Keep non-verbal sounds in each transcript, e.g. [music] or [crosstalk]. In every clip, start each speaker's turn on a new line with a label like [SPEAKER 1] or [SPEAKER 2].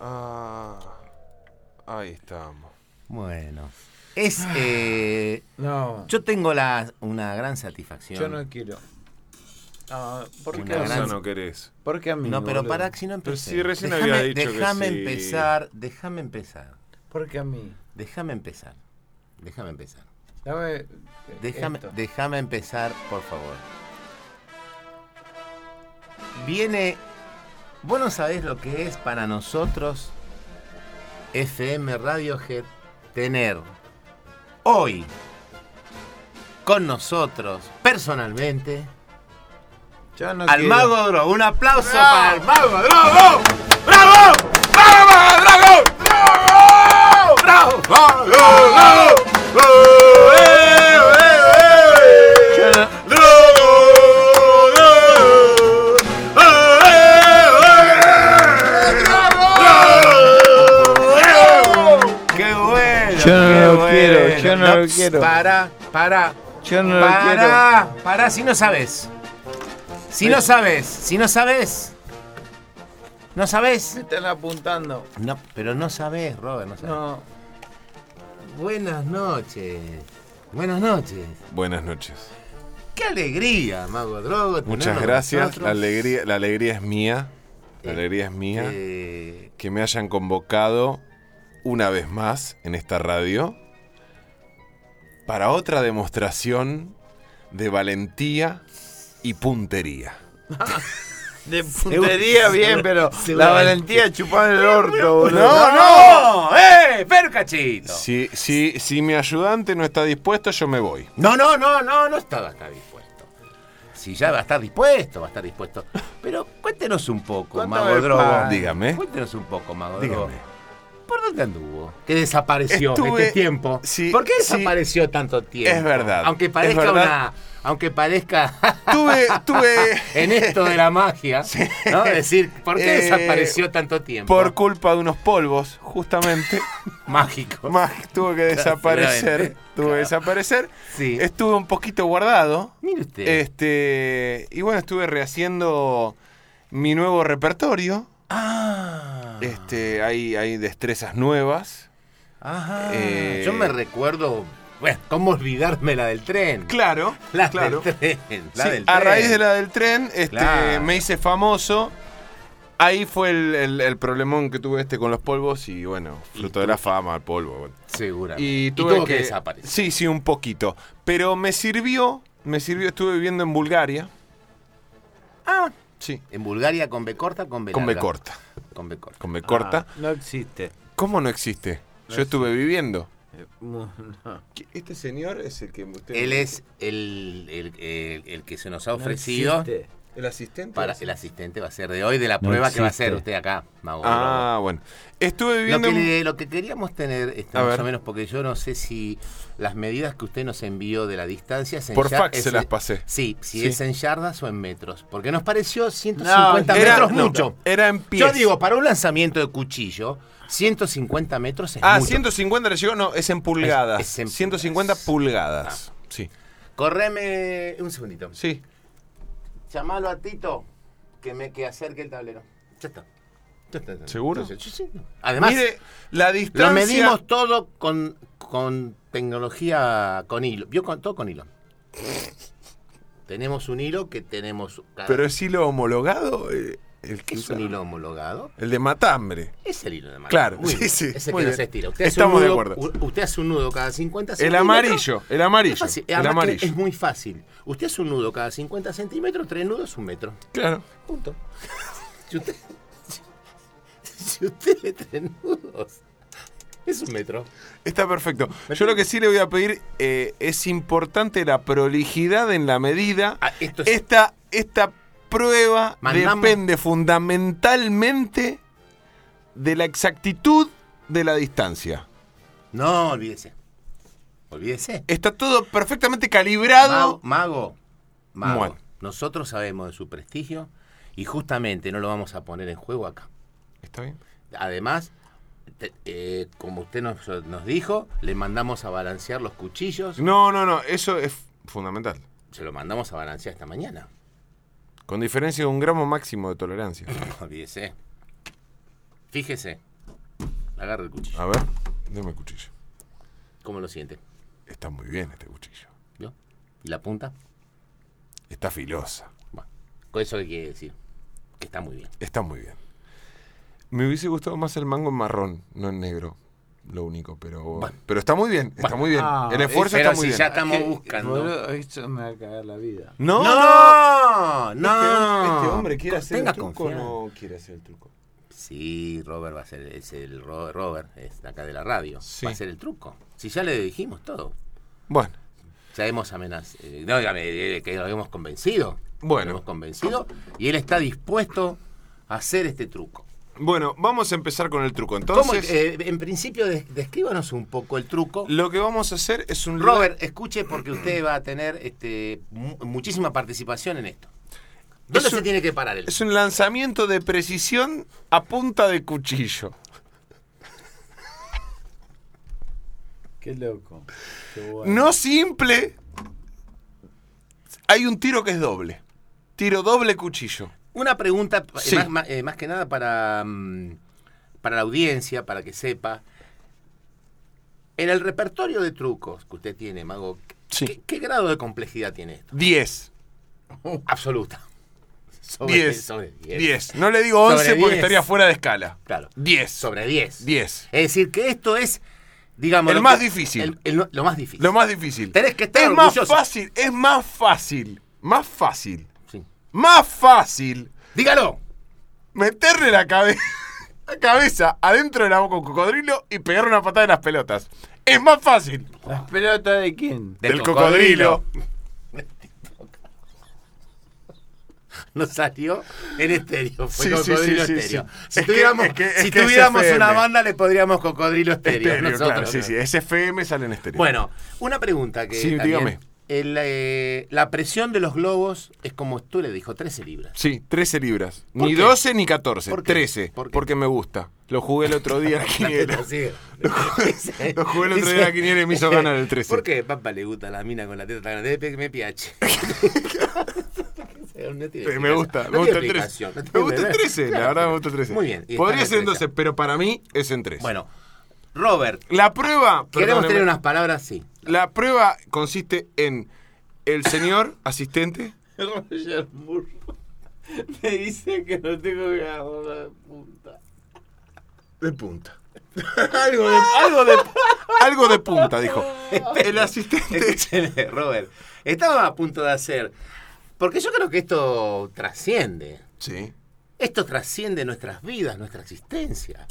[SPEAKER 1] Ah, Ahí estamos.
[SPEAKER 2] Bueno. Es. eh,
[SPEAKER 3] No,
[SPEAKER 2] yo tengo la, una gran satisfacción.
[SPEAKER 3] yo no quiero. No, ¿por
[SPEAKER 2] Una
[SPEAKER 3] qué
[SPEAKER 1] ¿Qué
[SPEAKER 3] a
[SPEAKER 2] gran-
[SPEAKER 1] cosa
[SPEAKER 3] mí?
[SPEAKER 1] no querés?
[SPEAKER 3] ¿Por qué a mí?
[SPEAKER 2] No, pero
[SPEAKER 3] boludo?
[SPEAKER 2] pará, si no
[SPEAKER 1] Pero
[SPEAKER 2] empecé.
[SPEAKER 1] si recién
[SPEAKER 2] Déjame-
[SPEAKER 1] había dicho que
[SPEAKER 2] déjame
[SPEAKER 1] sí.
[SPEAKER 2] empezar, déjame empezar.
[SPEAKER 3] ¿Por qué a mí?
[SPEAKER 2] Déjame empezar. Déjame empezar.
[SPEAKER 3] Dame. eh,
[SPEAKER 2] Déjame,
[SPEAKER 3] esto.
[SPEAKER 2] déjame empezar, por favor. Viene. Vos no sabés lo que es para nosotros, FM Radiohead, tener hoy con nosotros, personalmente,
[SPEAKER 3] Yo no
[SPEAKER 2] al
[SPEAKER 3] quiero.
[SPEAKER 2] Mago Drogo. Un aplauso para el Mago Drogo.
[SPEAKER 1] ¡Bravo! ¡Bravo! ¡Bravo! ¡Bravo! ¡Bravo! ¡Bravo! ¡Bravo! ¡Bravo! ¡Bravo! ¡Eh, eh, eh! ¡Bravo! ¡Bravo! ¡Eh, eh, eh! ¡Bravo! ¡Bravo!
[SPEAKER 2] ¡Qué
[SPEAKER 3] Yo
[SPEAKER 2] bueno!
[SPEAKER 3] no
[SPEAKER 2] qué
[SPEAKER 3] lo
[SPEAKER 2] bueno.
[SPEAKER 3] quiero, yo no lo
[SPEAKER 2] pss,
[SPEAKER 3] quiero.
[SPEAKER 2] Pará, pará.
[SPEAKER 3] Yo no lo
[SPEAKER 2] pará, pará, si no sabes. Si no sabes, si no sabes. No
[SPEAKER 3] Me
[SPEAKER 2] sabes.
[SPEAKER 3] están apuntando.
[SPEAKER 2] No, pero no sabes, Robert, no sabes.
[SPEAKER 3] No.
[SPEAKER 2] Buenas noches. Buenas noches.
[SPEAKER 1] Buenas noches.
[SPEAKER 2] Qué alegría, Mago Drogo. tenerlo
[SPEAKER 1] Muchas
[SPEAKER 2] con
[SPEAKER 1] gracias.
[SPEAKER 2] nosotros.
[SPEAKER 1] La alegría, la alegría es mía. La alegría es mía.
[SPEAKER 2] Eh,
[SPEAKER 1] que me hayan convocado una vez más en esta radio para otra demostración de valentía y puntería.
[SPEAKER 3] De puntería bien, pero la
[SPEAKER 2] seguramente.
[SPEAKER 3] valentía chupada en el orto, boludo.
[SPEAKER 2] ¡No, no! ¡Eh! ¡Percachito!
[SPEAKER 1] Si, si, si mi ayudante no está dispuesto, yo me voy.
[SPEAKER 2] No, no, no, no, no estaba acá dispuesto. Si ya va a estar dispuesto, va a estar dispuesto. Pero cuéntenos un poco,
[SPEAKER 3] ¿Cuánto
[SPEAKER 2] Mago
[SPEAKER 3] me
[SPEAKER 2] Drogo.
[SPEAKER 3] pagan?
[SPEAKER 1] Dígame.
[SPEAKER 2] Cuéntenos un poco, Mago Drogo.
[SPEAKER 1] Dígame.
[SPEAKER 2] ¿Por dónde anduvo? ¿Qué desapareció
[SPEAKER 1] Estuve-
[SPEAKER 2] este tiempo?
[SPEAKER 1] sí,
[SPEAKER 2] ¿Por qué
[SPEAKER 1] sí.
[SPEAKER 2] desapareció tanto tiempo?
[SPEAKER 1] Es verdad,
[SPEAKER 2] Aunque
[SPEAKER 1] es
[SPEAKER 2] parezca
[SPEAKER 1] verdad.
[SPEAKER 2] una. Aunque parezca. [laughs]
[SPEAKER 1] Tuve, tuve
[SPEAKER 2] en esto de
[SPEAKER 1] [laughs]
[SPEAKER 2] la magia. ¿No? Decir, ¿por qué
[SPEAKER 1] Eh,
[SPEAKER 2] desapareció tanto tiempo?
[SPEAKER 1] por culpa de unos polvos, justamente.
[SPEAKER 2] Mágico.
[SPEAKER 1] Más tuve que desaparecer.
[SPEAKER 2] Claramente.
[SPEAKER 1] Tuve que desaparecer.
[SPEAKER 2] Sí.
[SPEAKER 1] Estuve un poquito guardado.
[SPEAKER 2] Mire usted.
[SPEAKER 1] Este. Y bueno, estuve rehaciendo mi nuevo repertorio.
[SPEAKER 2] Ah.
[SPEAKER 1] Este, hay, hay destrezas nuevas.
[SPEAKER 2] Ajá.
[SPEAKER 1] Eh,
[SPEAKER 2] Ah, Yo me recuerdo. Bueno, ¿cómo olvidarme la del tren?
[SPEAKER 1] Claro,
[SPEAKER 2] La
[SPEAKER 1] claro.
[SPEAKER 2] del tren. La
[SPEAKER 1] Sí,
[SPEAKER 2] del
[SPEAKER 1] a
[SPEAKER 2] tren.
[SPEAKER 1] raíz de la del tren, este,
[SPEAKER 2] Claro.
[SPEAKER 1] me hice famoso. Ahí fue el, el- el problemón que tuve este con los polvos y bueno, fruto de la fama, el polvo.
[SPEAKER 2] Seguramente.
[SPEAKER 1] Y tuve
[SPEAKER 2] tuvo que... desaparecer.
[SPEAKER 1] Sí, sí, un poquito. Pero me sirvió, me sirvió, estuve viviendo en Bulgaria.
[SPEAKER 2] Ah.
[SPEAKER 1] Sí,
[SPEAKER 2] En Bulgaria con B corta o con B
[SPEAKER 1] con B
[SPEAKER 2] larga?
[SPEAKER 1] corta.
[SPEAKER 2] Con B corta.
[SPEAKER 1] Con B corta.
[SPEAKER 3] Ah, no existe.
[SPEAKER 1] ¿Cómo no existe? Yo estuve viviendo.
[SPEAKER 3] Eh, mu- no.
[SPEAKER 1] Este señor es el que usted...
[SPEAKER 2] Él es el, el- el- el que se nos ha
[SPEAKER 3] No
[SPEAKER 2] ofrecido.
[SPEAKER 3] existe.
[SPEAKER 1] el asistente.
[SPEAKER 2] para el asistente va a ser de hoy, de la
[SPEAKER 3] No
[SPEAKER 2] prueba que va a
[SPEAKER 3] existe.
[SPEAKER 2] hacer usted acá, Mago.
[SPEAKER 1] Ah, bueno. Estuve
[SPEAKER 2] Lo
[SPEAKER 1] viviendo...
[SPEAKER 2] que,
[SPEAKER 1] en-
[SPEAKER 2] le- lo que queríamos tener, este,
[SPEAKER 1] A
[SPEAKER 2] más
[SPEAKER 1] ver.
[SPEAKER 2] o menos, porque yo no sé si las medidas que usted nos envió de la distancia... es en
[SPEAKER 1] Por
[SPEAKER 2] ya-
[SPEAKER 1] fax
[SPEAKER 2] es
[SPEAKER 1] se las
[SPEAKER 2] en-
[SPEAKER 1] pasé.
[SPEAKER 2] Sí, si
[SPEAKER 1] Sí.
[SPEAKER 2] es en yardas o en metros. Porque nos pareció 150
[SPEAKER 3] No,
[SPEAKER 2] metros
[SPEAKER 1] no,
[SPEAKER 2] mucho.
[SPEAKER 1] Era en pies.
[SPEAKER 2] Yo digo, para un lanzamiento de cuchillo, 150 metros es
[SPEAKER 1] Ah,
[SPEAKER 2] mucho.
[SPEAKER 1] 150 le llegó, no, es en pulgadas.
[SPEAKER 2] Es- es en Ah.
[SPEAKER 1] 150 pulgadas. Sí,
[SPEAKER 2] Correme un segundito.
[SPEAKER 1] sí.
[SPEAKER 2] Llamalo a Tito que me que acerque el tablero. Ya está. Ya está, ya está.
[SPEAKER 1] ¿Seguro?
[SPEAKER 2] Sí, sí. Además,
[SPEAKER 1] Mire, la
[SPEAKER 2] lo
[SPEAKER 1] distancia.
[SPEAKER 2] medimos todo con, con tecnología con hilo. Vio con, todo con hilo. tenemos un hilo que tenemos. cada-
[SPEAKER 1] Pero es hilo homologado, eh, el que
[SPEAKER 2] es un
[SPEAKER 1] usa-
[SPEAKER 2] hilo homologado.
[SPEAKER 1] El de matambre.
[SPEAKER 2] Es el hilo de mano.
[SPEAKER 1] Claro,
[SPEAKER 2] Muy
[SPEAKER 1] sí,
[SPEAKER 2] bien.
[SPEAKER 1] sí,
[SPEAKER 2] Ese
[SPEAKER 1] muy
[SPEAKER 2] que no
[SPEAKER 1] bien.
[SPEAKER 2] se estira. Usted hace
[SPEAKER 1] Estamos
[SPEAKER 2] un
[SPEAKER 1] de
[SPEAKER 2] nudo-
[SPEAKER 1] acuerdo.
[SPEAKER 2] u- Usted hace un nudo cada 50
[SPEAKER 1] El
[SPEAKER 2] centímetros.
[SPEAKER 1] amarillo, el
[SPEAKER 2] Es
[SPEAKER 1] amarillo.
[SPEAKER 2] fácil.
[SPEAKER 1] El
[SPEAKER 2] Además que
[SPEAKER 1] amarillo.
[SPEAKER 2] Es muy fácil. Usted hace un nudo cada 50 centímetros, tres nudos, un metro.
[SPEAKER 1] Claro.
[SPEAKER 2] Punto. Si usted, [laughs] si usted le tres nudos, es un metro.
[SPEAKER 1] Está perfecto. Yo lo que sí le voy a pedir eh, es importante la prolijidad en la medida.
[SPEAKER 2] Ah, esto es-
[SPEAKER 1] esta, esta prueba
[SPEAKER 2] Mandamos.
[SPEAKER 1] depende fundamentalmente de la exactitud de la distancia.
[SPEAKER 2] No, olvídese. Olvídese.
[SPEAKER 1] Está todo perfectamente calibrado.
[SPEAKER 2] Mago, mago, mago.
[SPEAKER 1] Bueno.
[SPEAKER 2] Nosotros sabemos de su prestigio y justamente no lo vamos a poner en juego acá.
[SPEAKER 1] ¿Está bien?
[SPEAKER 2] Además, te- eh, como usted nos, nos dijo, le mandamos a balancear los cuchillos.
[SPEAKER 1] No, no, no. Eso es fundamental.
[SPEAKER 2] Se lo mandamos a balancear esta mañana. [laughs]
[SPEAKER 1] Con diferencia de un gramo máximo de tolerancia.
[SPEAKER 2] Olvídese. Fíjese. Agarra el cuchillo.
[SPEAKER 1] A ver. Deme el cuchillo.
[SPEAKER 2] ¿Cómo lo siente?
[SPEAKER 1] Está muy bien este cuchillo.
[SPEAKER 2] ¿Vio? ¿Y la punta?
[SPEAKER 1] Está filosa.
[SPEAKER 2] Bueno, con eso le quiere decir que está muy bien.
[SPEAKER 1] Está muy bien. Me hubiese gustado más el mango en marrón, no en negro. Lo único, pero. Pero está muy bien, está muy bien.
[SPEAKER 3] Ah,
[SPEAKER 1] el esfuerzo
[SPEAKER 2] Pero
[SPEAKER 1] está
[SPEAKER 2] si
[SPEAKER 1] muy bien.
[SPEAKER 2] ya estamos
[SPEAKER 3] Eh,
[SPEAKER 2] buscando.
[SPEAKER 3] boludo, esto me va a cagar la vida.
[SPEAKER 1] No, Este
[SPEAKER 2] ¡No! ¡No! Tenga confianza.
[SPEAKER 1] quiere hacer el truco.
[SPEAKER 2] Sí, Robert va a ser, es el Ro- Robert, es de acá de la radio.
[SPEAKER 1] Sí.
[SPEAKER 2] Va a ser el truco. Si ya le dijimos todo.
[SPEAKER 1] Bueno,
[SPEAKER 2] Ya hemos amenazado. eh, no, dígame, eh, que lo hemos convencido.
[SPEAKER 1] Bueno.
[SPEAKER 2] Lo hemos convencido. Y él está dispuesto a hacer este truco.
[SPEAKER 1] bueno, vamos a empezar con el truco.
[SPEAKER 2] ¿Cómo,
[SPEAKER 1] Entonces,
[SPEAKER 2] eh, en principio, des- descríbanos un poco el truco.
[SPEAKER 1] lo que vamos a hacer es un lugar-
[SPEAKER 2] Robert, escuche porque usted va a tener este, mu- muchísima participación en esto. ¿Dónde
[SPEAKER 1] Es
[SPEAKER 2] se
[SPEAKER 1] un-
[SPEAKER 2] tiene que parar él?
[SPEAKER 1] Es un lanzamiento de precisión a punta de cuchillo.
[SPEAKER 3] Qué loco. Qué bueno.
[SPEAKER 1] No simple. Hay un tiro que es doble. Tiro doble cuchillo.
[SPEAKER 2] Una pregunta eh,
[SPEAKER 1] Sí.
[SPEAKER 2] más, más- eh, más que nada para, mm, para la audiencia, para que sepa. En el repertorio de trucos que usted tiene, Mago,
[SPEAKER 1] Sí.
[SPEAKER 2] ¿qué, qué grado de complejidad tiene esto?
[SPEAKER 1] 10.
[SPEAKER 2] Absoluta. [laughs] Sobre
[SPEAKER 1] 10.
[SPEAKER 2] sobre 10.
[SPEAKER 1] 10. No le digo
[SPEAKER 2] Sobre
[SPEAKER 1] 11 porque
[SPEAKER 2] diez.
[SPEAKER 1] estaría fuera de escala.
[SPEAKER 2] Claro.
[SPEAKER 1] 10.
[SPEAKER 2] Sobre 10.
[SPEAKER 1] 10.
[SPEAKER 2] Es decir, que esto es, digamos.
[SPEAKER 1] El
[SPEAKER 2] lo
[SPEAKER 1] más
[SPEAKER 2] que-
[SPEAKER 1] difícil.
[SPEAKER 2] el- el- lo más difícil.
[SPEAKER 1] Lo más difícil.
[SPEAKER 2] Tenés que estar
[SPEAKER 1] Es más
[SPEAKER 2] orgulloso.
[SPEAKER 1] fácil. Es más fácil. Más fácil.
[SPEAKER 2] Sí.
[SPEAKER 1] Más fácil.
[SPEAKER 2] Dígalo. [laughs]
[SPEAKER 1] meterle la, cabe- [laughs] la cabeza adentro de la boca a un cocodrilo y pegar una patada en las pelotas. Es más fácil.
[SPEAKER 3] ¿Las pelotas de quién?
[SPEAKER 2] Del
[SPEAKER 1] Del, cocodrilo.
[SPEAKER 2] No salió en estéreo. Fue
[SPEAKER 1] Sí, sí,
[SPEAKER 2] cocodrilo
[SPEAKER 1] sí, sí,
[SPEAKER 2] estéreo.
[SPEAKER 1] sí.
[SPEAKER 2] Si
[SPEAKER 1] Es que-
[SPEAKER 2] tuviéramos,
[SPEAKER 1] es que- es
[SPEAKER 2] si
[SPEAKER 1] que es
[SPEAKER 2] tuviéramos
[SPEAKER 1] FM.
[SPEAKER 2] una banda, le podríamos cocodrilo estéreo.
[SPEAKER 1] Estéreo,
[SPEAKER 2] nosotros,
[SPEAKER 1] claro, sí, sí. Es FM, sale en estéreo.
[SPEAKER 2] Bueno, una pregunta que.
[SPEAKER 1] Sí,
[SPEAKER 2] también-
[SPEAKER 1] dígame.
[SPEAKER 2] El, eh, la presión de los globos es como tú le dijo, 13 libras.
[SPEAKER 1] Sí, 13 libras.
[SPEAKER 2] ¿Por
[SPEAKER 1] Ni
[SPEAKER 2] qué?
[SPEAKER 1] 12 ni 14.
[SPEAKER 2] ¿Por qué?
[SPEAKER 1] 13.
[SPEAKER 2] ¿Por qué?
[SPEAKER 1] Porque me gusta. Lo jugué el otro
[SPEAKER 2] [laughs]
[SPEAKER 1] día en la quiniela.
[SPEAKER 2] Sí.
[SPEAKER 1] [laughs] Lo jugué el otro día en la quiniela y me hizo ganar el 13.
[SPEAKER 2] ¿Por qué papá le gusta la mina con la teta tan grande? Debe que me
[SPEAKER 1] [laughs]
[SPEAKER 2] piache. No tiene
[SPEAKER 1] Eh, Me gusta,
[SPEAKER 2] explicación.
[SPEAKER 1] me
[SPEAKER 2] No
[SPEAKER 1] gusta
[SPEAKER 2] tiene
[SPEAKER 1] el 13.
[SPEAKER 2] explicación, no
[SPEAKER 1] Me
[SPEAKER 2] tiene
[SPEAKER 1] gusta el
[SPEAKER 2] verdad.
[SPEAKER 1] 13, la
[SPEAKER 2] Claro.
[SPEAKER 1] verdad me gusta el 13.
[SPEAKER 2] Muy bien. y
[SPEAKER 1] Podría
[SPEAKER 2] está
[SPEAKER 1] ser en
[SPEAKER 2] la
[SPEAKER 1] 12, pero para mí es en 13.
[SPEAKER 2] Bueno, Robert,
[SPEAKER 1] la prueba.
[SPEAKER 2] queremos
[SPEAKER 1] perdóneme.
[SPEAKER 2] tener unas
[SPEAKER 1] [laughs]
[SPEAKER 2] palabras sí.
[SPEAKER 1] La prueba consiste en el señor asistente.
[SPEAKER 3] Roger Moore [laughs] me dice que no tengo que agarrar la punta.
[SPEAKER 1] De punta. [laughs] algo, de, algo, de, algo de punta, dijo. El asistente.
[SPEAKER 2] Escúcheme, Robert. Estaba a punto de hacer. Porque yo creo que esto trasciende.
[SPEAKER 1] Sí.
[SPEAKER 2] Esto trasciende nuestras vidas, nuestra existencia.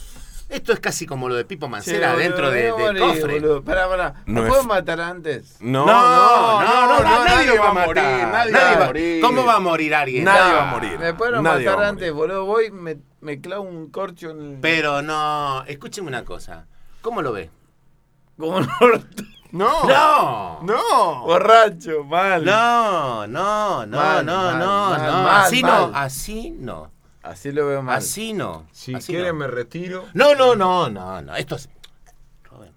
[SPEAKER 2] Esto es casi como lo de Pipo
[SPEAKER 3] Che,
[SPEAKER 2] Mancera
[SPEAKER 3] boludo,
[SPEAKER 2] dentro de-
[SPEAKER 3] me voy a
[SPEAKER 2] del
[SPEAKER 3] morir,
[SPEAKER 2] cofre.
[SPEAKER 3] boludo. Pará, pará.
[SPEAKER 1] No
[SPEAKER 3] ¿Me
[SPEAKER 1] es-
[SPEAKER 3] puedo matar antes?
[SPEAKER 1] No,
[SPEAKER 2] No, no, no, nadie, va a morir.
[SPEAKER 3] nadie
[SPEAKER 2] nadie
[SPEAKER 3] va a
[SPEAKER 2] va-
[SPEAKER 3] morir.
[SPEAKER 2] ¿Cómo va a morir alguien?
[SPEAKER 1] Nadie
[SPEAKER 2] Ah,
[SPEAKER 1] va a morir.
[SPEAKER 3] Me puedo
[SPEAKER 1] Nadie va
[SPEAKER 3] matar
[SPEAKER 1] a morir.
[SPEAKER 3] antes, boludo. Voy, me, me clavo un corcho en el.
[SPEAKER 2] Pero no, escúcheme una cosa. ¿Cómo lo ve?
[SPEAKER 3] Como un
[SPEAKER 1] [laughs]
[SPEAKER 3] orto.
[SPEAKER 1] No.
[SPEAKER 2] ¡No!
[SPEAKER 1] No.
[SPEAKER 3] Borracho, mal.
[SPEAKER 2] No, no, no,
[SPEAKER 3] Mal,
[SPEAKER 2] no,
[SPEAKER 3] mal,
[SPEAKER 2] no,
[SPEAKER 3] mal,
[SPEAKER 2] no.
[SPEAKER 3] mal,
[SPEAKER 2] así
[SPEAKER 3] mal.
[SPEAKER 2] no, así no,
[SPEAKER 3] Así lo veo mal.
[SPEAKER 2] así no.
[SPEAKER 1] Si
[SPEAKER 2] así
[SPEAKER 1] quieren
[SPEAKER 2] no.
[SPEAKER 1] me retiro.
[SPEAKER 2] No, no, no, no, no. Esto es. Robert,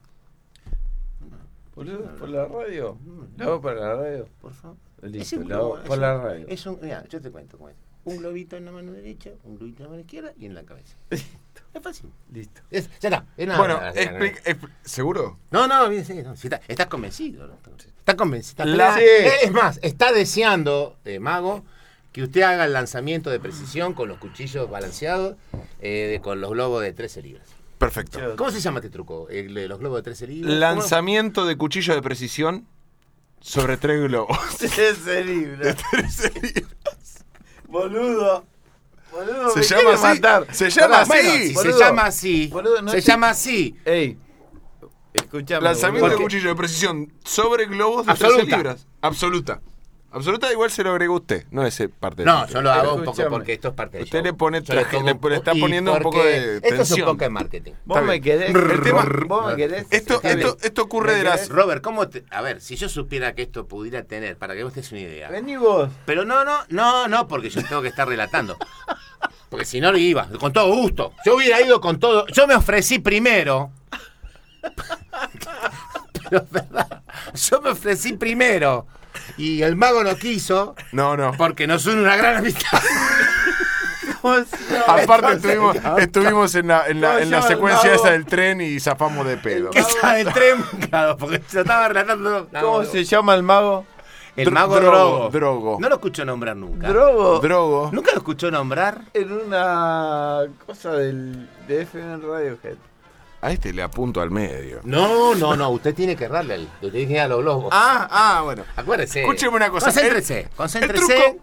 [SPEAKER 3] Boludo, por la radio. Mm, Lo hago para la radio.
[SPEAKER 2] por favor.
[SPEAKER 3] Listo,
[SPEAKER 2] un
[SPEAKER 3] lo hago
[SPEAKER 2] globo,
[SPEAKER 3] por
[SPEAKER 2] es
[SPEAKER 3] la
[SPEAKER 2] un-
[SPEAKER 3] radio.
[SPEAKER 2] Es un, mira, yo te cuento cómo es. Un globito en la mano derecha, un globito en la mano izquierda y en la cabeza. Es fácil.
[SPEAKER 1] [laughs]
[SPEAKER 3] Listo.
[SPEAKER 2] Es- ya está. es nada,
[SPEAKER 1] Bueno,
[SPEAKER 2] nada, nada,
[SPEAKER 1] explica- expl- ¿seguro?
[SPEAKER 2] No, no, bien, sí, no, sí, está- estás convencido. ¿no? Estás convencido. estás
[SPEAKER 3] La-
[SPEAKER 2] convencido. Es más, está deseando, eh, Mago, que usted haga el lanzamiento de precisión con los cuchillos balanceados, eh, de- con los globos de 13 libras.
[SPEAKER 1] Perfecto.
[SPEAKER 2] ¿Cómo se llama este truco? El de los globos de 13 libras. ¿Cómo?
[SPEAKER 1] Lanzamiento de cuchillo de precisión sobre tres globos.
[SPEAKER 3] Ese libro. Boludo. Boludo,
[SPEAKER 1] Se
[SPEAKER 3] me
[SPEAKER 1] llama
[SPEAKER 3] quiere
[SPEAKER 1] así,
[SPEAKER 3] matar.
[SPEAKER 1] se llama
[SPEAKER 3] Pará,
[SPEAKER 1] así.
[SPEAKER 2] Bueno, si
[SPEAKER 3] boludo.
[SPEAKER 2] se llama así.
[SPEAKER 3] Boludo, no
[SPEAKER 2] se
[SPEAKER 3] te-
[SPEAKER 2] llama así.
[SPEAKER 3] Ey, escuchame.
[SPEAKER 1] Lanzamiento
[SPEAKER 3] boludo.
[SPEAKER 1] de cuchillo de precisión sobre globos de
[SPEAKER 2] Absoluta.
[SPEAKER 1] 13 libras. Absoluta. Absoluta igual se lo agregó usted, no ese parte.
[SPEAKER 2] No,
[SPEAKER 1] del-
[SPEAKER 2] yo lo hago un poco
[SPEAKER 3] Escúchame.
[SPEAKER 2] porque esto es parte de
[SPEAKER 1] Usted le pone traje- le pone- está poniendo un poco de
[SPEAKER 2] Esto es un
[SPEAKER 1] tensión.
[SPEAKER 2] poco de marketing.
[SPEAKER 3] Vos
[SPEAKER 1] Está
[SPEAKER 3] me
[SPEAKER 1] bien.
[SPEAKER 3] querés.
[SPEAKER 1] El tema-
[SPEAKER 3] Vos me querés.
[SPEAKER 1] Esto,
[SPEAKER 2] Está
[SPEAKER 1] esto,
[SPEAKER 2] bien.
[SPEAKER 1] esto ocurre de las...
[SPEAKER 2] Robert, ¿cómo te.? A ver, si yo supiera que esto pudiera tener, para que vos te des una idea.
[SPEAKER 3] Vení
[SPEAKER 1] [laughs]
[SPEAKER 3] vos.
[SPEAKER 2] Pero no, no, no, no, porque yo tengo que estar relatando. Porque si no, le iba, con todo gusto. Yo hubiera ido con todo. Yo me ofrecí primero. Pero es verdad, yo me ofrecí primero. Y el mago no quiso
[SPEAKER 1] No, no.
[SPEAKER 2] [laughs] porque nos une una gran amistad.
[SPEAKER 1] Aparte este-
[SPEAKER 2] Entonces,
[SPEAKER 1] estuvimos, estuvimos en la, en la-
[SPEAKER 2] no,
[SPEAKER 1] en la
[SPEAKER 2] yo-
[SPEAKER 1] secuencia
[SPEAKER 2] no.
[SPEAKER 1] esa del tren y zafamos de pedo.
[SPEAKER 2] Que está del tren, claro, porque se estaba relatando. no,
[SPEAKER 4] ¿Cómo se llama el mago?
[SPEAKER 2] El mago
[SPEAKER 1] Drogo,
[SPEAKER 2] Drogo.
[SPEAKER 1] Drogo.
[SPEAKER 2] No lo escuchó nombrar nunca.
[SPEAKER 4] Drogo.
[SPEAKER 1] Drogo.
[SPEAKER 2] ¿Nunca lo escuchó nombrar?
[SPEAKER 4] en una cosa del de FM Radiohead.
[SPEAKER 1] A este le apunto al medio.
[SPEAKER 2] No, no, no. Usted tiene que errarle. al- Usted tiene que ir a los globos.
[SPEAKER 1] Ah, ah, bueno.
[SPEAKER 2] Acuérdese.
[SPEAKER 1] Escúcheme una cosa,
[SPEAKER 2] Concéntrese. concéntrese.
[SPEAKER 1] el truco-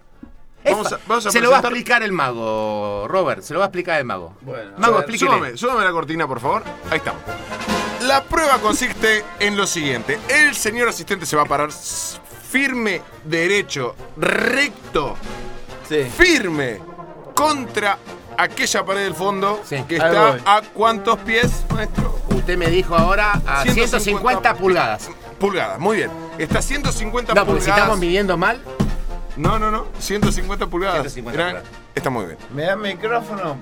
[SPEAKER 2] Es
[SPEAKER 1] Vamos a-
[SPEAKER 2] fa-
[SPEAKER 1] vamos a
[SPEAKER 2] se lo va a
[SPEAKER 1] presentar-
[SPEAKER 2] explicar el mago, Robert. Se lo va a explicar el mago.
[SPEAKER 3] Bueno, a
[SPEAKER 2] mago,
[SPEAKER 3] ver,
[SPEAKER 2] explíquele.
[SPEAKER 1] Súbame, súbame la cortina, por favor. Ahí estamos. La prueba consiste en lo siguiente. El señor asistente se va a parar s- firme, derecho, recto,
[SPEAKER 4] Sí.
[SPEAKER 1] firme, contra aquella pared del fondo
[SPEAKER 2] Sí.
[SPEAKER 1] que
[SPEAKER 4] Ahí
[SPEAKER 1] está
[SPEAKER 4] voy.
[SPEAKER 1] a cuántos pies, maestro?
[SPEAKER 2] Usted me dijo ahora a 150, pulgadas.
[SPEAKER 1] Pulgadas, muy bien. Está a 150
[SPEAKER 2] No, porque si
[SPEAKER 1] pulgadas.
[SPEAKER 2] estamos midiendo mal,
[SPEAKER 1] No, no, no. 150 pulgadas.
[SPEAKER 2] 150
[SPEAKER 1] Mirá,
[SPEAKER 2] pulgadas.
[SPEAKER 1] Está muy bien.
[SPEAKER 4] Me da micrófono.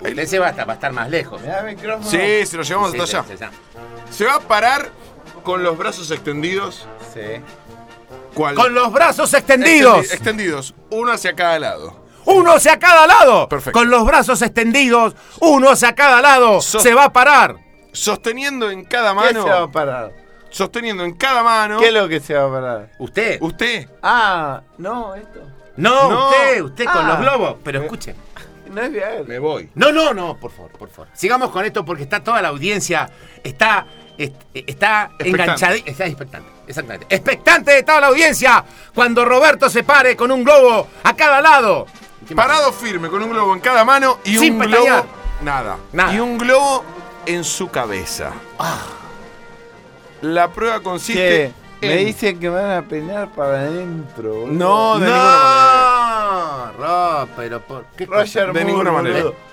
[SPEAKER 2] usted se va hasta para estar más lejos. ¿eh?
[SPEAKER 4] Me da micrófono.
[SPEAKER 1] Sí, se lo llevamos
[SPEAKER 2] Sí,
[SPEAKER 1] hasta
[SPEAKER 2] sí,
[SPEAKER 1] allá.
[SPEAKER 2] sí, sí.
[SPEAKER 1] Se va a parar con los brazos extendidos.
[SPEAKER 4] Sí.
[SPEAKER 1] ¿Cuál?
[SPEAKER 2] Con los brazos
[SPEAKER 1] Este,
[SPEAKER 2] extendidos.
[SPEAKER 1] Extendi- Extendidos, uno hacia cada lado.
[SPEAKER 2] Uno hacia cada lado.
[SPEAKER 1] Perfecto.
[SPEAKER 2] Con los brazos extendidos. Uno hacia cada lado.
[SPEAKER 1] Sos-
[SPEAKER 2] Se va a parar.
[SPEAKER 1] Sosteniendo en cada
[SPEAKER 4] ¿Qué se va a
[SPEAKER 1] mano.
[SPEAKER 4] parar?
[SPEAKER 1] Sosteniendo en cada mano.
[SPEAKER 4] ¿Qué es lo que se va a parar?
[SPEAKER 2] ¿Usted?
[SPEAKER 1] Usted.
[SPEAKER 4] Ah, no, esto.
[SPEAKER 2] no,
[SPEAKER 1] No.
[SPEAKER 2] usted, usted con
[SPEAKER 4] Ah.
[SPEAKER 2] los globos. Pero escuche.
[SPEAKER 4] No es Viagra.
[SPEAKER 1] Me voy.
[SPEAKER 2] No, no, no, por favor, por favor. Sigamos con esto porque está toda la audiencia, está, est- está
[SPEAKER 1] Expectante.
[SPEAKER 2] enganchada, está expectante, exactamente. Expectante de toda la audiencia cuando Roberto se pare con un globo a cada lado.
[SPEAKER 1] Parado firme con un globo en cada mano y
[SPEAKER 2] Sin
[SPEAKER 1] un
[SPEAKER 2] pestañear.
[SPEAKER 1] globo. Nada.
[SPEAKER 2] Nada.
[SPEAKER 1] Y un globo en su cabeza. La prueba
[SPEAKER 4] Che,
[SPEAKER 1] consiste.
[SPEAKER 4] me
[SPEAKER 1] en-
[SPEAKER 4] dicen que me van a peinar para adentro. boludo.
[SPEAKER 1] No, de ninguna
[SPEAKER 2] No, Rob, pero por qué cosa?
[SPEAKER 4] Roger
[SPEAKER 1] De
[SPEAKER 4] Moore,
[SPEAKER 1] ninguna
[SPEAKER 4] boludo.
[SPEAKER 1] manera.
[SPEAKER 4] Roger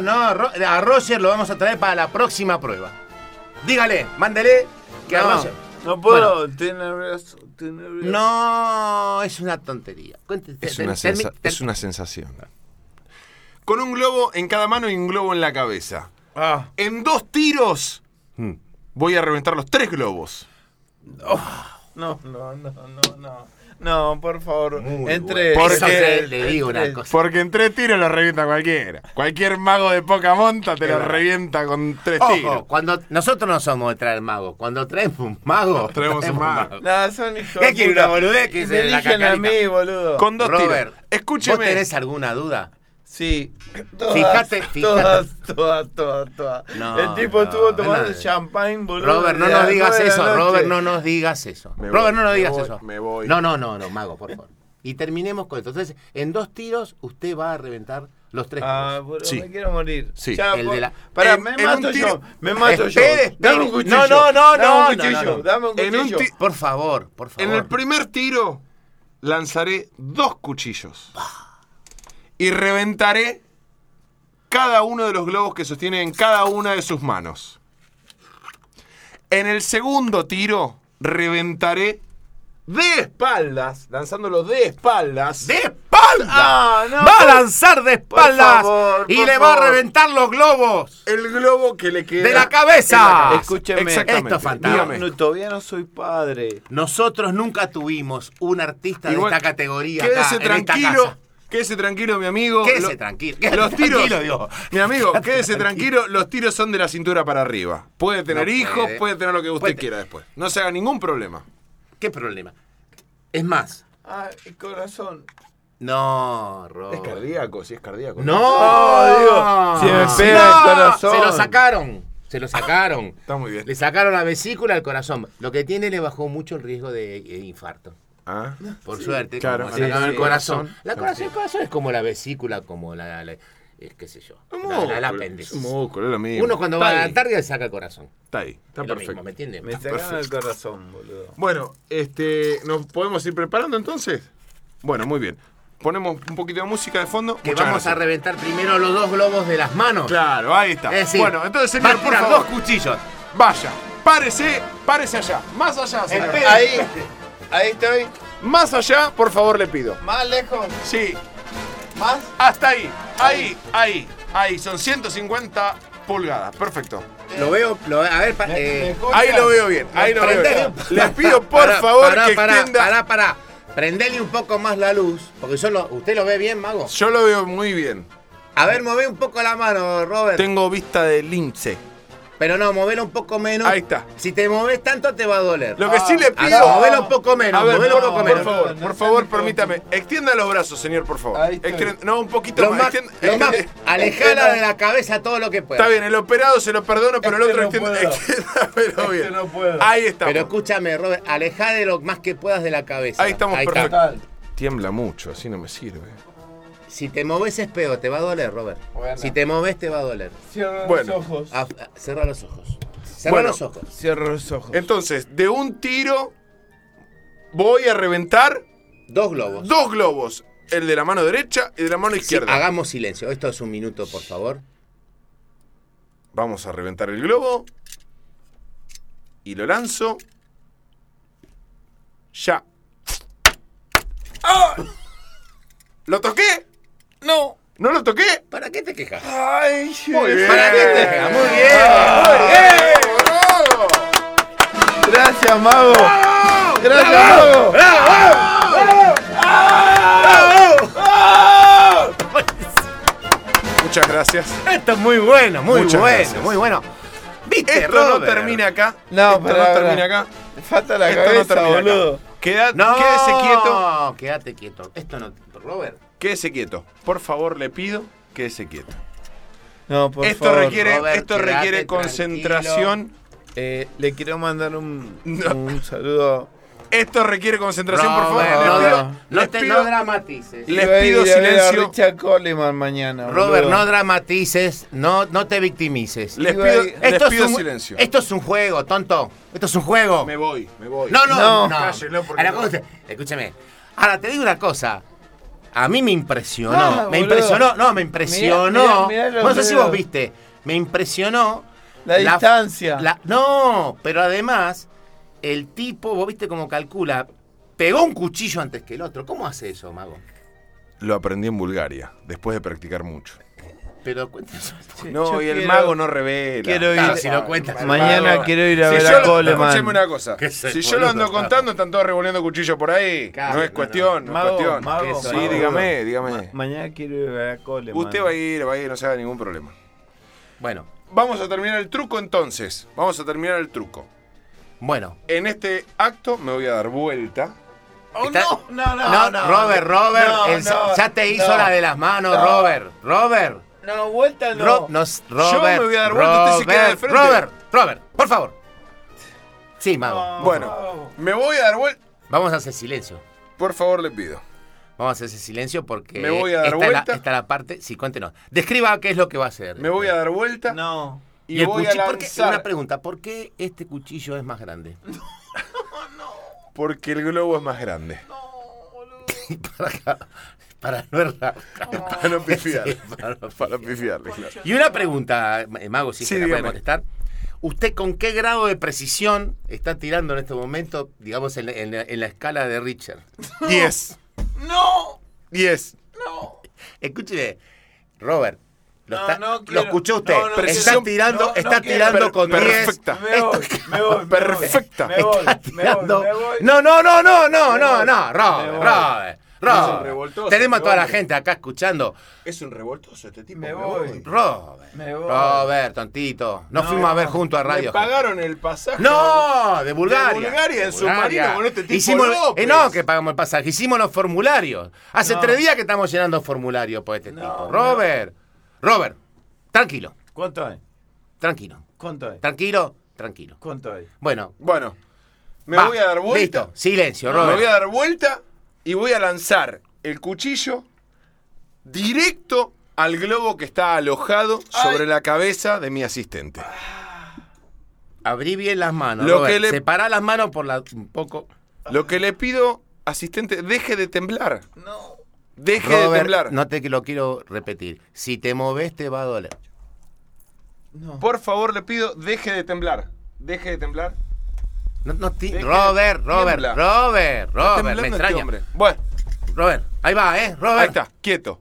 [SPEAKER 2] No, no, Ro- a Roger lo vamos a traer para la próxima prueba. Dígale, mándele que a
[SPEAKER 4] No,
[SPEAKER 2] Roger.
[SPEAKER 4] no puedo, estoy nervioso, estoy nervioso.
[SPEAKER 2] No, es una tontería. Cuéntese,
[SPEAKER 1] Es una,
[SPEAKER 2] termi-
[SPEAKER 1] sensa-
[SPEAKER 2] ter-
[SPEAKER 1] es una sensación. Con un globo en cada mano y un globo en la cabeza.
[SPEAKER 4] Ah,
[SPEAKER 1] En dos tiros
[SPEAKER 4] Hmm.
[SPEAKER 1] voy a reventar los tres globos.
[SPEAKER 4] no, no, no, no, no. No, por favor, entre...
[SPEAKER 1] bueno.
[SPEAKER 2] Eso
[SPEAKER 1] Porque-
[SPEAKER 2] te- le digo una cosa.
[SPEAKER 1] Porque en tres tiros lo revienta cualquiera. Cualquier mago de poca monta te lo revienta con tres tiros.
[SPEAKER 2] Ojo, cuando nosotros no somos de traer mago. Cuando traemos un mago,
[SPEAKER 1] traemos un mago.
[SPEAKER 4] No, son hijos
[SPEAKER 2] ¿Qué
[SPEAKER 4] de
[SPEAKER 2] quiere
[SPEAKER 4] puta.
[SPEAKER 2] una boludez que
[SPEAKER 4] Me
[SPEAKER 2] se la
[SPEAKER 4] eligen a
[SPEAKER 2] cacarita?
[SPEAKER 4] mí, boludo.
[SPEAKER 1] Con dos
[SPEAKER 2] Robert,
[SPEAKER 1] tiros.
[SPEAKER 2] ¿Vos
[SPEAKER 1] Escúcheme.
[SPEAKER 2] tenés alguna duda?
[SPEAKER 4] Sí. Todas,
[SPEAKER 2] Fíjate, fíjate.
[SPEAKER 4] Todas, todas, todas, todas.
[SPEAKER 2] No,
[SPEAKER 4] El tipo
[SPEAKER 2] no,
[SPEAKER 4] estuvo tomando
[SPEAKER 2] no.
[SPEAKER 4] champagne, boludo.
[SPEAKER 2] Robert, no
[SPEAKER 4] de
[SPEAKER 2] nos
[SPEAKER 4] las
[SPEAKER 2] digas
[SPEAKER 4] nueve de la
[SPEAKER 2] eso.
[SPEAKER 4] noche.
[SPEAKER 2] Robert, no nos digas eso.
[SPEAKER 1] Me
[SPEAKER 2] Robert,
[SPEAKER 1] voy,
[SPEAKER 2] no nos
[SPEAKER 1] me
[SPEAKER 2] digas
[SPEAKER 1] voy,
[SPEAKER 2] eso.
[SPEAKER 1] me voy.
[SPEAKER 2] No, no, no, no, mago, por favor. Y terminemos con esto. Entonces, en dos tiros, usted va a reventar los tres.
[SPEAKER 4] Ah,
[SPEAKER 2] tiros.
[SPEAKER 4] boludo,
[SPEAKER 1] Sí.
[SPEAKER 4] me quiero morir.
[SPEAKER 1] Sí.
[SPEAKER 4] Ya,
[SPEAKER 2] El
[SPEAKER 4] por-
[SPEAKER 2] de la-
[SPEAKER 4] Pará,
[SPEAKER 1] En-
[SPEAKER 4] me
[SPEAKER 1] en
[SPEAKER 4] mato
[SPEAKER 1] un tiro-
[SPEAKER 4] yo. Me mato
[SPEAKER 2] Espere,
[SPEAKER 4] yo. Dame un
[SPEAKER 2] espere. No,
[SPEAKER 4] cuchillo.
[SPEAKER 2] no, no,
[SPEAKER 4] dame un
[SPEAKER 2] no, no,
[SPEAKER 4] cuchillo.
[SPEAKER 2] no.
[SPEAKER 4] Dame un
[SPEAKER 1] En un
[SPEAKER 4] cuchillo.
[SPEAKER 1] ti-
[SPEAKER 2] por favor, por favor.
[SPEAKER 1] En el primer tiro lanzaré dos cuchillos. Y reventaré cada uno de los globos que sostiene en cada una de sus manos. En el segundo tiro reventaré de espaldas, lanzándolo de espaldas.
[SPEAKER 2] ¡De espalda!
[SPEAKER 4] Ah, no,
[SPEAKER 2] va a
[SPEAKER 4] por-
[SPEAKER 2] lanzar de espaldas
[SPEAKER 4] favor,
[SPEAKER 2] y
[SPEAKER 4] por
[SPEAKER 2] le va a
[SPEAKER 4] favor.
[SPEAKER 2] reventar los globos.
[SPEAKER 1] El globo que le queda.
[SPEAKER 2] ¡De la cabeza!
[SPEAKER 4] Escúcheme.
[SPEAKER 1] Exactamente.
[SPEAKER 2] Esto es fantástico.
[SPEAKER 1] Dígame.
[SPEAKER 4] No, no, todavía no soy padre.
[SPEAKER 2] Nosotros nunca tuvimos un artista
[SPEAKER 1] Igual-
[SPEAKER 2] de esta categoría. acá,
[SPEAKER 1] Quédese
[SPEAKER 2] en
[SPEAKER 1] tranquilo.
[SPEAKER 2] esta casa.
[SPEAKER 1] Quédese tranquilo, mi amigo.
[SPEAKER 2] Quédese
[SPEAKER 1] Lo-
[SPEAKER 2] tranquilo, quédate [laughs]
[SPEAKER 1] los tiros.
[SPEAKER 2] tranquilo, digo.
[SPEAKER 1] Mi amigo, quédese tranquilo. Los tiros son de la cintura para arriba. Puede tener
[SPEAKER 2] No
[SPEAKER 1] hijos,
[SPEAKER 2] puede.
[SPEAKER 1] puede tener lo que usted
[SPEAKER 2] Puede.
[SPEAKER 1] quiera después. No se haga ningún problema.
[SPEAKER 2] ¿Qué problema? Es más.
[SPEAKER 4] Ay, corazón.
[SPEAKER 2] No, Rob.
[SPEAKER 1] cardíaco, si es cardíaco.
[SPEAKER 2] No,
[SPEAKER 4] Oh, Dios, se me pega el corazón.
[SPEAKER 2] Se lo sacaron. Se lo sacaron.
[SPEAKER 1] [laughs] Está muy bien.
[SPEAKER 2] Le sacaron la vesícula al corazón. Lo que tiene le bajó mucho el riesgo de, de infarto.
[SPEAKER 1] Ah.
[SPEAKER 2] Por suerte,
[SPEAKER 1] claro,
[SPEAKER 2] como
[SPEAKER 1] sí,
[SPEAKER 2] sacaron
[SPEAKER 1] sí.
[SPEAKER 2] el corazón.
[SPEAKER 1] Corazón.
[SPEAKER 2] La corazón, el corazón es como la vesícula, como la, la- la- eh, qué sé yo,
[SPEAKER 1] Un
[SPEAKER 2] la, la- la
[SPEAKER 1] músculo,
[SPEAKER 2] apéndice.
[SPEAKER 1] es un músculo, es lo mismo.
[SPEAKER 2] Uno cuando
[SPEAKER 1] Está
[SPEAKER 2] va a la
[SPEAKER 1] ahí,
[SPEAKER 2] Antártida saca el corazón.
[SPEAKER 1] Está ahí, está
[SPEAKER 2] es lo
[SPEAKER 1] perfecto.
[SPEAKER 2] mismo, ¿me entiendes?
[SPEAKER 4] Me sacaron el corazón, boludo.
[SPEAKER 1] Bueno, este, ¿nos podemos ir preparando entonces? Bueno, muy bien. Ponemos un poquito de música de fondo.
[SPEAKER 2] Que
[SPEAKER 1] Muchas
[SPEAKER 2] vamos a
[SPEAKER 1] gracias.
[SPEAKER 2] reventar primero los dos globos de las manos.
[SPEAKER 1] Claro, ahí está.
[SPEAKER 2] Es decir,
[SPEAKER 1] bueno, entonces,
[SPEAKER 2] va a
[SPEAKER 1] señor, por
[SPEAKER 2] tirar
[SPEAKER 1] favor.
[SPEAKER 2] dos cuchillos.
[SPEAKER 1] Vaya, párese, párese allá, más allá, señor.
[SPEAKER 2] Espere.
[SPEAKER 4] Ahí, ahí estoy.
[SPEAKER 1] Más allá, por favor, le pido.
[SPEAKER 4] Más lejos,
[SPEAKER 1] Sí,
[SPEAKER 4] más.
[SPEAKER 1] hasta ahí, ahí, ahí, ahí, son 150 pulgadas, perfecto.
[SPEAKER 2] Lo veo, lo, a ver, pa- eh,
[SPEAKER 4] Me- me escucha.
[SPEAKER 1] Ahí lo veo bien, ahí lo veo
[SPEAKER 2] prendé.
[SPEAKER 1] bien.
[SPEAKER 2] [laughs]
[SPEAKER 1] Les pido, por
[SPEAKER 2] Pará,
[SPEAKER 1] favor,
[SPEAKER 2] pará,
[SPEAKER 1] que
[SPEAKER 2] pará,
[SPEAKER 1] extienda...
[SPEAKER 2] Pará, pará. Prendele un poco más la luz, porque yo lo- usted lo ve bien, mago.
[SPEAKER 1] Yo lo veo muy bien.
[SPEAKER 2] A ver, move un poco la mano, Robert.
[SPEAKER 1] Tengo vista de lince.
[SPEAKER 2] Pero no, movela un poco menos.
[SPEAKER 1] Ahí está.
[SPEAKER 2] Si te moves tanto te va Ah, a doler.
[SPEAKER 1] Lo que sí le pido.
[SPEAKER 2] Acá, movela un poco menos,
[SPEAKER 1] A ver,
[SPEAKER 2] movela
[SPEAKER 1] por,
[SPEAKER 2] un poco
[SPEAKER 1] por
[SPEAKER 2] menos.
[SPEAKER 1] favor,
[SPEAKER 4] No, no
[SPEAKER 1] por
[SPEAKER 4] sea
[SPEAKER 1] favor,
[SPEAKER 4] mi
[SPEAKER 1] permítame. Extienda los brazos, señor, por favor.
[SPEAKER 3] Ahí está.
[SPEAKER 1] Extien- No, un poquito
[SPEAKER 2] Lo
[SPEAKER 1] más.
[SPEAKER 2] más,
[SPEAKER 1] Extien-
[SPEAKER 2] lo
[SPEAKER 1] [laughs]
[SPEAKER 2] más-
[SPEAKER 1] extiende-
[SPEAKER 2] alejala de la cabeza todo lo que pueda.
[SPEAKER 1] Está bien, el operado se lo perdono, pero el
[SPEAKER 4] Este
[SPEAKER 1] otro
[SPEAKER 4] no
[SPEAKER 1] extienda.
[SPEAKER 4] puedo.
[SPEAKER 1] [laughs]
[SPEAKER 4] Este
[SPEAKER 1] extiéndamelo bien.
[SPEAKER 4] no puedo.
[SPEAKER 1] Ahí está.
[SPEAKER 2] Pero escúchame, Robert, alejá de lo más que puedas de la cabeza.
[SPEAKER 1] Ahí estamos
[SPEAKER 2] está.
[SPEAKER 1] perfecto.
[SPEAKER 3] Tal.
[SPEAKER 1] Tiembla mucho, así no me sirve.
[SPEAKER 2] Si te moves es peor, te va a doler, Robert.
[SPEAKER 3] Bueno.
[SPEAKER 2] Si te moves te va a doler.
[SPEAKER 4] Cierra
[SPEAKER 1] Bueno.
[SPEAKER 4] los ojos.
[SPEAKER 2] Ah, ah, cerrá los ojos. Cerrá
[SPEAKER 1] Bueno.
[SPEAKER 2] los ojos.
[SPEAKER 4] Cierra los ojos.
[SPEAKER 1] Entonces, de un tiro voy a reventar
[SPEAKER 2] Dos globos.
[SPEAKER 1] dos globos. El de la mano derecha y de la mano
[SPEAKER 2] Sí,
[SPEAKER 1] izquierda.
[SPEAKER 2] hagamos silencio. Esto es un minuto, por favor.
[SPEAKER 1] Vamos a reventar el globo. Y lo lanzo. Ya. ¡Ah! ¿Lo toqué?
[SPEAKER 2] No.
[SPEAKER 1] ¿No lo toqué?
[SPEAKER 2] ¿Para qué te quejas?
[SPEAKER 4] Ay,
[SPEAKER 1] Muy bien.
[SPEAKER 2] ¿Para qué te quejas? Muy bien.
[SPEAKER 4] Ah.
[SPEAKER 1] ¡Bravo!
[SPEAKER 4] Gracias, mago. Gracias, mago.
[SPEAKER 1] Muchas gracias.
[SPEAKER 2] Esto es muy bueno, muy
[SPEAKER 1] Muchas
[SPEAKER 2] bueno,
[SPEAKER 1] gracias.
[SPEAKER 2] muy bueno. ¿Viste,
[SPEAKER 1] Esto no
[SPEAKER 2] Robert?
[SPEAKER 1] termina acá.
[SPEAKER 4] No,
[SPEAKER 1] Esto
[SPEAKER 4] pará,
[SPEAKER 1] no
[SPEAKER 4] pará.
[SPEAKER 1] termina acá.
[SPEAKER 4] Falta la
[SPEAKER 1] Esto no
[SPEAKER 4] cabeza,
[SPEAKER 1] termina acá.
[SPEAKER 4] boludo.
[SPEAKER 1] Queda-
[SPEAKER 2] No,
[SPEAKER 1] Quédese quieto.
[SPEAKER 2] Quédate quieto. Esto no. Robert.
[SPEAKER 1] Quédese quieto. Por favor, le pido, quédese quieto.
[SPEAKER 4] No, por
[SPEAKER 1] esto
[SPEAKER 4] favor.
[SPEAKER 1] requiere,
[SPEAKER 2] Robert,
[SPEAKER 1] esto
[SPEAKER 2] quédate
[SPEAKER 1] requiere concentración.
[SPEAKER 4] Eh, le quiero mandar un,
[SPEAKER 1] [laughs] No.
[SPEAKER 4] un saludo.
[SPEAKER 1] Esto requiere concentración, por
[SPEAKER 2] Robert,
[SPEAKER 1] favor.
[SPEAKER 2] no,
[SPEAKER 1] Les pido-
[SPEAKER 2] no, no
[SPEAKER 1] les
[SPEAKER 2] te
[SPEAKER 1] pido-
[SPEAKER 2] no dramatices.
[SPEAKER 1] Les
[SPEAKER 4] Iba a
[SPEAKER 1] pido
[SPEAKER 4] ir a ver
[SPEAKER 1] silencio.
[SPEAKER 4] A Richard Coleman mañana. boludo.
[SPEAKER 2] Robert, no dramatices, no, no te victimices.
[SPEAKER 1] les
[SPEAKER 4] Iba
[SPEAKER 1] pido,
[SPEAKER 4] ahí.
[SPEAKER 1] les
[SPEAKER 2] Esto es
[SPEAKER 1] pido
[SPEAKER 2] un-
[SPEAKER 1] silencio.
[SPEAKER 2] Esto es un juego, tonto. Esto es un juego.
[SPEAKER 1] Me voy, me voy.
[SPEAKER 2] No, no, no.
[SPEAKER 4] No.
[SPEAKER 1] Cállenlo, porque
[SPEAKER 2] Ahora,
[SPEAKER 1] no.
[SPEAKER 2] ¿cómo te- Escúchame. Ahora, te digo una cosa. A mí me impresionó.
[SPEAKER 4] Ah,
[SPEAKER 2] me
[SPEAKER 4] boludo.
[SPEAKER 2] impresionó. No, me impresionó.
[SPEAKER 4] Mirá, mirá, mirá los
[SPEAKER 2] no sé si
[SPEAKER 4] dedos.
[SPEAKER 2] vos viste. Me impresionó.
[SPEAKER 4] La distancia.
[SPEAKER 2] la- no, pero además, el tipo, vos viste cómo calcula. Pegó un cuchillo antes que el otro. ¿Cómo hace eso, mago?
[SPEAKER 1] Lo aprendí en Bulgaria, después de practicar mucho.
[SPEAKER 2] Pero cuéntanos.
[SPEAKER 1] No,
[SPEAKER 4] yo
[SPEAKER 1] y el
[SPEAKER 4] quiero-
[SPEAKER 1] mago no revela.
[SPEAKER 4] quiero ir-
[SPEAKER 2] Ah, si lo cuentas.
[SPEAKER 4] Mañana
[SPEAKER 1] Mago.
[SPEAKER 4] quiero ir a
[SPEAKER 1] Si
[SPEAKER 4] ver
[SPEAKER 1] yo
[SPEAKER 4] a
[SPEAKER 1] lo-
[SPEAKER 4] Coleman.
[SPEAKER 1] Escúcheme una cosa.
[SPEAKER 2] ¿Qué es el
[SPEAKER 1] Si yo lo ando
[SPEAKER 2] boludo?
[SPEAKER 1] contando, están todos revolviendo cuchillos por ahí.
[SPEAKER 2] Claro,
[SPEAKER 1] no es
[SPEAKER 2] no,
[SPEAKER 1] cuestión, no, es
[SPEAKER 4] Mago,
[SPEAKER 1] cuestión.
[SPEAKER 4] mago,
[SPEAKER 1] sí,
[SPEAKER 4] mago.
[SPEAKER 1] dígame, dígame.
[SPEAKER 4] Mañana quiero ir a ver a Coleman.
[SPEAKER 1] Usted va a ir, va a ir, no se haga ningún problema.
[SPEAKER 2] [laughs] Bueno,
[SPEAKER 1] Vamos a terminar el truco entonces. Vamos a terminar el truco.
[SPEAKER 2] bueno.
[SPEAKER 1] En este acto me voy a dar vuelta.
[SPEAKER 2] Está-
[SPEAKER 4] Oh, no,
[SPEAKER 2] No, Robert, Robert,
[SPEAKER 4] No,
[SPEAKER 2] el-
[SPEAKER 4] no,
[SPEAKER 2] ya te hizo
[SPEAKER 4] no.
[SPEAKER 2] la de las manos,
[SPEAKER 4] No.
[SPEAKER 2] Robert, Robert,
[SPEAKER 4] No, vuelta no.
[SPEAKER 2] Ro- no, s- Robert.
[SPEAKER 1] me voy a dar vuelta, usted se queda de frente.
[SPEAKER 2] Robert, Robert, por favor. Sí, mago.
[SPEAKER 4] No.
[SPEAKER 1] Bueno,
[SPEAKER 4] Mago.
[SPEAKER 1] me voy a dar vuelta.
[SPEAKER 2] Vamos a hacer silencio.
[SPEAKER 1] Por favor, le pido.
[SPEAKER 2] Vamos a hacer ese silencio porque
[SPEAKER 1] Me voy a dar
[SPEAKER 2] esta es la-
[SPEAKER 1] vuelta.
[SPEAKER 2] esta es la parte, sí, cuéntenos. Describa qué es lo que va a hacer.
[SPEAKER 1] Me voy a dar vuelta
[SPEAKER 4] No.
[SPEAKER 1] y,
[SPEAKER 2] el
[SPEAKER 1] voy a
[SPEAKER 2] cuchillo- ¿por qué-
[SPEAKER 1] lanzar.
[SPEAKER 2] una pregunta, ¿por qué este cuchillo es más grande? [laughs]
[SPEAKER 1] Porque el globo es más
[SPEAKER 4] [laughs]
[SPEAKER 1] grande.
[SPEAKER 2] para, para
[SPEAKER 1] [laughs]
[SPEAKER 2] no errar.
[SPEAKER 1] Para no pifiar.
[SPEAKER 2] Sí, para no
[SPEAKER 1] Para pifiarle, claro.
[SPEAKER 2] Y una pregunta, eh, Mago, si
[SPEAKER 1] Sí,
[SPEAKER 2] se la puede
[SPEAKER 1] dígame.
[SPEAKER 2] contestar. ¿Usted con qué grado de precisión está tirando en este momento, digamos, en la, en la- en la escala de Richard?
[SPEAKER 1] 10.
[SPEAKER 4] No.
[SPEAKER 1] 10.
[SPEAKER 2] Escúcheme, Robert. Lo,
[SPEAKER 4] No,
[SPEAKER 2] está-
[SPEAKER 4] no
[SPEAKER 2] lo
[SPEAKER 4] quiero.
[SPEAKER 2] escuchó
[SPEAKER 4] No,
[SPEAKER 2] usted.
[SPEAKER 4] no quiero.
[SPEAKER 2] está tirando,
[SPEAKER 4] No, no
[SPEAKER 2] está
[SPEAKER 4] quiero.
[SPEAKER 2] tirando
[SPEAKER 1] Per-
[SPEAKER 2] con 10.
[SPEAKER 1] perfecta.
[SPEAKER 4] Me voy, me voy. me voy.
[SPEAKER 1] Perfecta.
[SPEAKER 4] Me voy,
[SPEAKER 2] Está
[SPEAKER 4] me voy,
[SPEAKER 2] tirando.
[SPEAKER 4] me voy.
[SPEAKER 2] No, no, no, no, no,
[SPEAKER 4] Me
[SPEAKER 2] no,
[SPEAKER 4] voy.
[SPEAKER 2] no,
[SPEAKER 4] Me
[SPEAKER 2] Robert,
[SPEAKER 4] voy.
[SPEAKER 2] Robert,
[SPEAKER 1] Es un
[SPEAKER 2] Robert.
[SPEAKER 1] revoltoso,
[SPEAKER 2] Tenemos a
[SPEAKER 1] me
[SPEAKER 2] toda la
[SPEAKER 1] voy.
[SPEAKER 2] gente acá escuchando.
[SPEAKER 1] Es un revoltoso este tipo.
[SPEAKER 4] Me me voy. voy.
[SPEAKER 2] Robert,
[SPEAKER 4] Me voy.
[SPEAKER 2] Robert, tontito. Nos
[SPEAKER 4] No,
[SPEAKER 2] fuimos a ver
[SPEAKER 4] no.
[SPEAKER 2] junto a Radio.
[SPEAKER 1] Me pagaron el pasaje.
[SPEAKER 2] No, de Bulgaria.
[SPEAKER 1] De Bulgaria, en submarino con este tipo
[SPEAKER 2] Hicimos,
[SPEAKER 1] López.
[SPEAKER 2] eh, no, que pagamos el pasaje. Hicimos los formularios. Hace
[SPEAKER 4] No.
[SPEAKER 2] tres días que estamos llenando formularios por este
[SPEAKER 4] No,
[SPEAKER 2] tipo.
[SPEAKER 4] no.
[SPEAKER 2] Robert, Robert, tranquilo,
[SPEAKER 4] ¿Cuánto hay?
[SPEAKER 2] tranquilo,
[SPEAKER 4] ¿Cuánto hay?
[SPEAKER 2] tranquilo, tranquilo.
[SPEAKER 4] ¿Cuánto hay?
[SPEAKER 2] Bueno,
[SPEAKER 1] Bueno, me
[SPEAKER 2] va.
[SPEAKER 1] voy a dar vuelta.
[SPEAKER 2] Listo, silencio,
[SPEAKER 1] Me
[SPEAKER 2] Robert.
[SPEAKER 1] voy a dar vuelta y voy a lanzar el cuchillo directo al globo que está alojado sobre la cabeza de mi asistente.
[SPEAKER 2] Abrí bien las manos.
[SPEAKER 1] Lo
[SPEAKER 2] Robert.
[SPEAKER 1] que le-
[SPEAKER 2] Separá las manos por la un poco.
[SPEAKER 1] Lo que le pido, asistente, deje de temblar.
[SPEAKER 4] No.
[SPEAKER 1] Deje de
[SPEAKER 2] Robert,
[SPEAKER 1] temblar.
[SPEAKER 2] no te lo quiero repetir. Si te moves te va a doler.
[SPEAKER 4] No.
[SPEAKER 1] Por favor, le pido, deje de temblar. Deje de temblar.
[SPEAKER 2] No, no ti-
[SPEAKER 1] Deje-
[SPEAKER 2] Robert, Robert,
[SPEAKER 1] tiembla.
[SPEAKER 2] Robert,
[SPEAKER 1] Está
[SPEAKER 2] Robert,
[SPEAKER 1] temblando
[SPEAKER 2] me
[SPEAKER 1] este
[SPEAKER 2] extraña.
[SPEAKER 1] hombre. Bueno,
[SPEAKER 2] Robert, ahí va, ¿eh? Robert.
[SPEAKER 1] ahí está, quieto.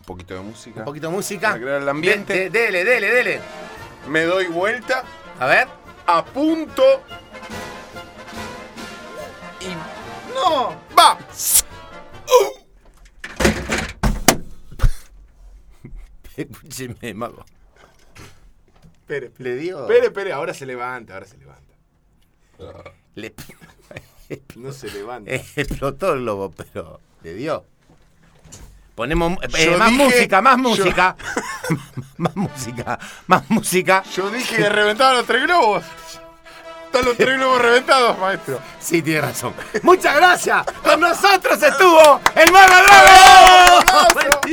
[SPEAKER 1] Un poquito de música.
[SPEAKER 2] Un poquito de música.
[SPEAKER 1] Para crear el ambiente.
[SPEAKER 2] De- de- dele, dele, dele.
[SPEAKER 1] Me doy vuelta,
[SPEAKER 2] A ver.
[SPEAKER 1] apunto. Y.
[SPEAKER 4] ¡No!
[SPEAKER 1] ¡Va!
[SPEAKER 2] Escúcheme, mago.
[SPEAKER 1] Espere, espere.
[SPEAKER 2] Le dio.
[SPEAKER 1] Espere, espere, ahora se levanta, ahora se levanta.
[SPEAKER 2] Le,
[SPEAKER 1] No se levanta.
[SPEAKER 2] Eh. [laughs] explotó el globo, pero le dio. Ponemos eh,
[SPEAKER 1] Yo
[SPEAKER 2] más
[SPEAKER 1] dije-
[SPEAKER 2] música,
[SPEAKER 1] yo-
[SPEAKER 2] más música. [laughs] más música, más música.
[SPEAKER 1] Yo dije que reventaban los tres globos. Están los tres globos reventados, maestro.
[SPEAKER 2] Sí, tiene razón. Muchas gracias. Con nosotros estuvo el Mago Drago.